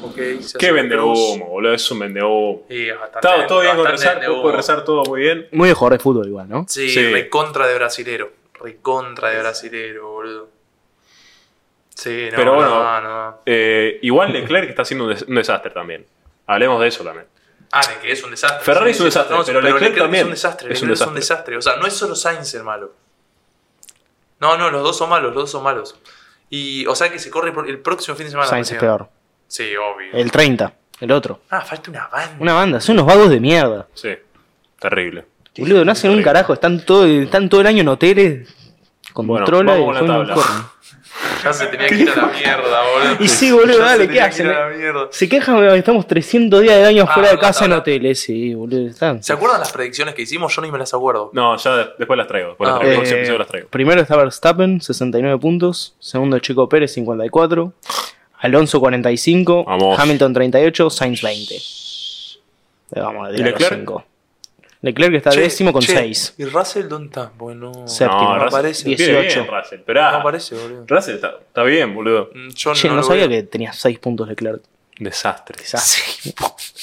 A: Ok, se
C: Qué
A: hace
C: vende
A: cruz.
C: humo, boludo. Es un vende humo.
A: Y es bastante-
C: Está todo bien con
A: bastante
C: rezar.
A: vendehumo.
C: Puede rezar todo muy bien.
B: Muy de jugador de fútbol igual, ¿no?
A: Sí,
C: Sí.
A: recontra de brasilero. Recontra de brasilero, boludo. Sí, no,
C: Pero
A: no,
C: bueno.
A: no.
C: Eh, igual Leclerc está haciendo un, des- un desastre también. Hablemos de eso también.
A: Ah, de que es un desastre.
C: Ferrari
A: Sí,
C: es
A: sí,
C: un desastre,
A: no,
C: pero Leclerc
A: Es
C: también
A: un desastre,
C: es
A: Leclerc
C: un
A: es un desastre. O sea, no es solo Sainz el malo. No, no, los dos son malos, los dos son malos. Y, o sea que se corre por- el próximo fin de semana.
B: Sainz es
A: recién.
B: peor.
A: Sí, obvio.
B: El 30, el otro.
A: Ah, falta una banda.
B: Una banda, son unos vagos de mierda.
C: Sí. Terrible.
B: Boludo, no hacen un
C: Horrible.
B: carajo, están todo, están todo el año en hoteles.
C: Bueno,
B: Controla
C: vamos con la
B: y después
C: tabla.
B: no corren.
A: Ya se tenía que ir a la mierda, boludo.
B: Y sí, boludo,
A: Ya se
B: dale,
A: tenía
B: ¿qué
A: que ir
B: hacen?
A: a la mierda.
B: Se quejan, eh, estamos 300 días de año
A: Ah,
B: fuera de
A: la
B: casa
A: tabla.
B: en hoteles, sí, boludo. Están.
A: ¿Se acuerdan las predicciones que hicimos? Yo ni me las acuerdo.
C: No, ya de- después las traigo. Después
A: Ah,
C: las traigo.
A: eh,
C: el próximo episodio las traigo.
B: Primero está Verstappen, 69 puntos. Segundo Chico Pérez, 54. Alonso, 45.
C: Vamos.
B: Hamilton, 38. Sainz, 20. Le Vamos a
C: ¿Y
B: tirar los
C: Leclerc?
B: cinco. Leclerc está
A: Che,
B: décimo con
A: che,
B: 6.
A: ¿Y Russell dónde está? Bueno,
B: Se- séptimo,
C: no, Russell,
A: aparece.
C: viene
B: 18.
C: bien, Russell. Pero, ah,
A: no aparece, boludo.
C: Russell está, está bien, boludo.
A: Mm, Yo
B: Che, no,
A: lo
B: sabía
A: veo.
B: que tenía 6 puntos Leclerc.
C: Desastre.
B: Quizás.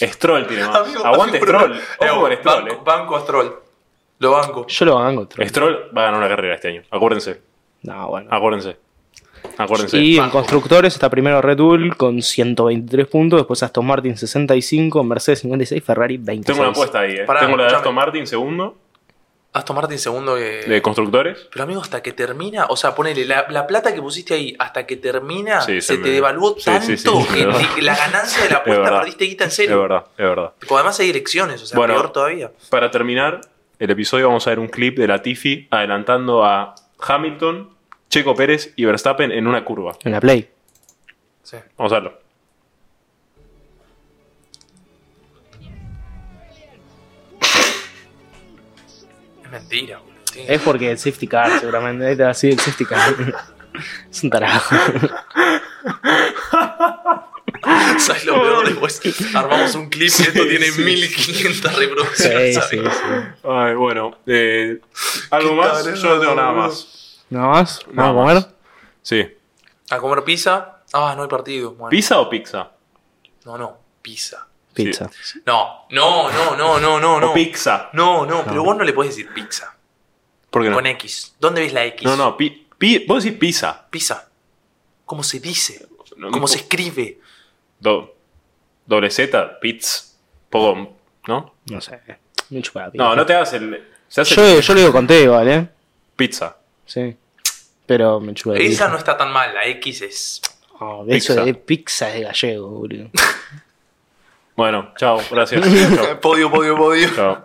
C: Stroll tiene más.
A: Amigo,
C: Aguante
A: amigo,
C: Stroll.
A: pero-
C: Ojo con
A: Eh,
C: Stroll,
A: Banco, banco a Stroll. Lo banco.
B: Yo lo hago
C: eh. Stroll va a ganar la carrera este año. Acuérdense.
B: No, bueno.
C: Acuérdense. Acuérdense.
B: Y en constructores está primero Red Bull con 123 puntos, después Aston Martin 65, Mercedes 56, Ferrari 26.
C: Tengo una apuesta ahí, eh.
A: Pará,
C: Tengo la de
A: escuchame.
C: Aston Martin segundo,
A: Aston Martin segundo que...
C: de constructores.
A: Pero amigo, hasta que termina, o sea, ponele, la, la plata que pusiste ahí, hasta que termina, se,
C: Sí, se me-
A: te devaluó
C: sí,
A: tanto
C: sí, sí, es
A: que,
C: verdad.
A: que la ganancia de la apuesta
C: verdad.
A: perdiste guita en
C: Es
A: serio.
C: verdad, es verdad.
A: Porque además hay direcciones, o sea,
C: Bueno.
A: peor todavía.
C: Para terminar el episodio vamos a ver un clip de Latifi adelantando a Hamilton, Checo Pérez y Verstappen en una curva.
B: En la Play.
A: Sí.
C: Vamos a verlo.
A: Es mentira, boludo. Sí.
B: Es porque el safety car, seguramente. Este Ahí está, sí, el safety car. es un tarajo.
A: ¿Sabes lo peor? Después armamos un clip y esto tiene 1500 reproducciones.
B: Sí, sí,
A: ¿sabes?
B: sí.
C: Ay, bueno, eh, ¿algo
A: Qué
C: más?
A: cabrón,
C: Yo no tengo nada
A: boludo.
C: más.
B: ¿Nada más? ¿Vamos
C: Nada
B: a comer?
C: más. Sí.
A: A comer pizza. Ah, no hay partido. Bueno,
C: ¿Pizza o pizza?
A: No, no, pizza.
B: Pizza.
A: No, no, no, no, no, no.
C: O
A: No,
C: pizza.
A: no, no, pero vos no le podés decir pizza.
C: ¿Por qué no?
A: Con X. ¿Dónde ves la X?
C: No, no, pi- pi- vos decís pizza.
A: Pizza. ¿Cómo se dice?
C: No,
A: ¿Cómo
C: no.
A: se escribe?
C: Do- doble Z, pizz, poco, ¿no?
B: No sé. Me chupa la pizza.
C: No, no te hagas el... Se hace
B: yo, yo lo digo con T, ¿vale?
C: pizza.
B: Sí. Pero me chupa la
A: Esa
B: pizza.
A: no está tan mal, la X es.
B: No, eso
C: Pizza.
B: de pizza es de gallego, boludo.
C: Bueno, chao, gracias. chao,
A: Podio, podio, podio.
C: chao.